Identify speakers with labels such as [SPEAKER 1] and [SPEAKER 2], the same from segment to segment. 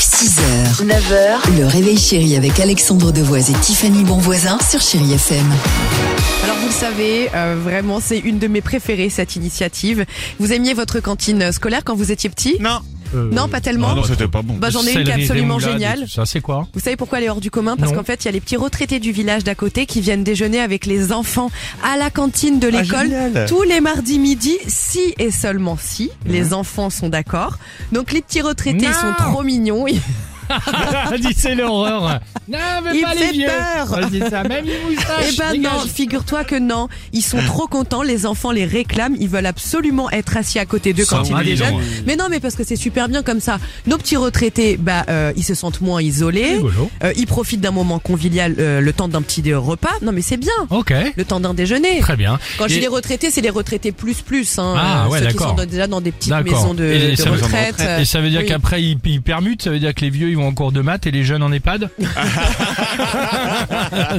[SPEAKER 1] 6h, 9h, le réveil chéri avec Alexandre Devoise et Tiffany Bonvoisin sur Chéri FM.
[SPEAKER 2] Alors vous le savez, euh, vraiment c'est une de mes préférées cette initiative. Vous aimiez votre cantine euh, scolaire quand vous étiez petit
[SPEAKER 3] Non.
[SPEAKER 2] Non, pas tellement.
[SPEAKER 3] Ah non, c'était pas bon.
[SPEAKER 2] bah j'en ai une qui est
[SPEAKER 4] Céleri,
[SPEAKER 2] absolument
[SPEAKER 4] rémoulade et
[SPEAKER 2] géniale.
[SPEAKER 4] tout Ça, c'est quoi
[SPEAKER 2] Vous savez pourquoi elle est hors du commun Parce
[SPEAKER 4] Non.
[SPEAKER 2] qu'en fait, il y a les petits retraités du village d'à côté qui viennent déjeuner avec les enfants à la cantine de
[SPEAKER 4] Ah,
[SPEAKER 2] l'école
[SPEAKER 3] génial.
[SPEAKER 2] tous les mardis midi, si et seulement si les enfants sont d'accord. Donc les petits retraités
[SPEAKER 4] Non.
[SPEAKER 2] sont trop mignons. Ils-
[SPEAKER 4] Ah, dis, c'est l'horreur. Non, mais
[SPEAKER 2] Il
[SPEAKER 4] pas
[SPEAKER 2] fait
[SPEAKER 4] les vieux.
[SPEAKER 2] peur.
[SPEAKER 4] Ah, dis ça, même les moustaches.
[SPEAKER 2] Eh ben non,
[SPEAKER 4] dégage.
[SPEAKER 2] figure-toi que non. Ils sont trop contents, les enfants les réclament, ils veulent absolument être assis à côté d'eux
[SPEAKER 4] Ça
[SPEAKER 2] quand
[SPEAKER 4] va,
[SPEAKER 2] ils
[SPEAKER 4] dis
[SPEAKER 2] déjeunent.
[SPEAKER 4] donc.
[SPEAKER 2] Mais non, mais parce que c'est super bien comme ça. Nos petits retraités, bah, euh, ils se sentent moins isolés.
[SPEAKER 4] Rigolo.
[SPEAKER 2] Euh, ils profitent d'un moment convivial, euh, le temps d'un petit dé- repas. Non, mais c'est bien.
[SPEAKER 4] Ok,
[SPEAKER 2] Le temps d'un déjeuner.
[SPEAKER 4] très bien.
[SPEAKER 2] Quand je
[SPEAKER 4] Et-
[SPEAKER 2] dis les retraités, c'est les retraités plus plus. Hein,
[SPEAKER 4] Ah,
[SPEAKER 2] Euh,
[SPEAKER 4] ouais,
[SPEAKER 2] ceux qui sont
[SPEAKER 4] d'accord.
[SPEAKER 2] dans- déjà dans des petites
[SPEAKER 4] D'accord.
[SPEAKER 2] maisons de,
[SPEAKER 4] Et
[SPEAKER 2] de
[SPEAKER 4] ça veut-
[SPEAKER 2] retraite.
[SPEAKER 4] Et ça veut dire
[SPEAKER 2] Oui.
[SPEAKER 4] qu'après ils, ils permutent, ça veut dire que les vieux ils vont en cours de maths et les jeunes en EHPAD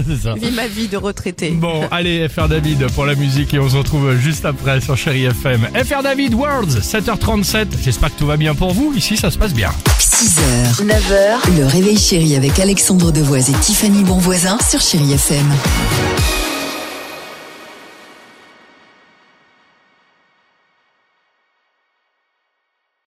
[SPEAKER 4] C'est ça.
[SPEAKER 2] Vis ma vie de retraité.
[SPEAKER 4] Bon, allez, FR David pour la musique et on se retrouve juste après sur Chéri FM. FR David Worlds, 7h37. J'espère que tout va bien pour vous. Ici, ça se passe bien.
[SPEAKER 1] 6h, 9h, le réveil chéri avec Alexandre Devoise et Tiffany Bonvoisin sur Chéri FM.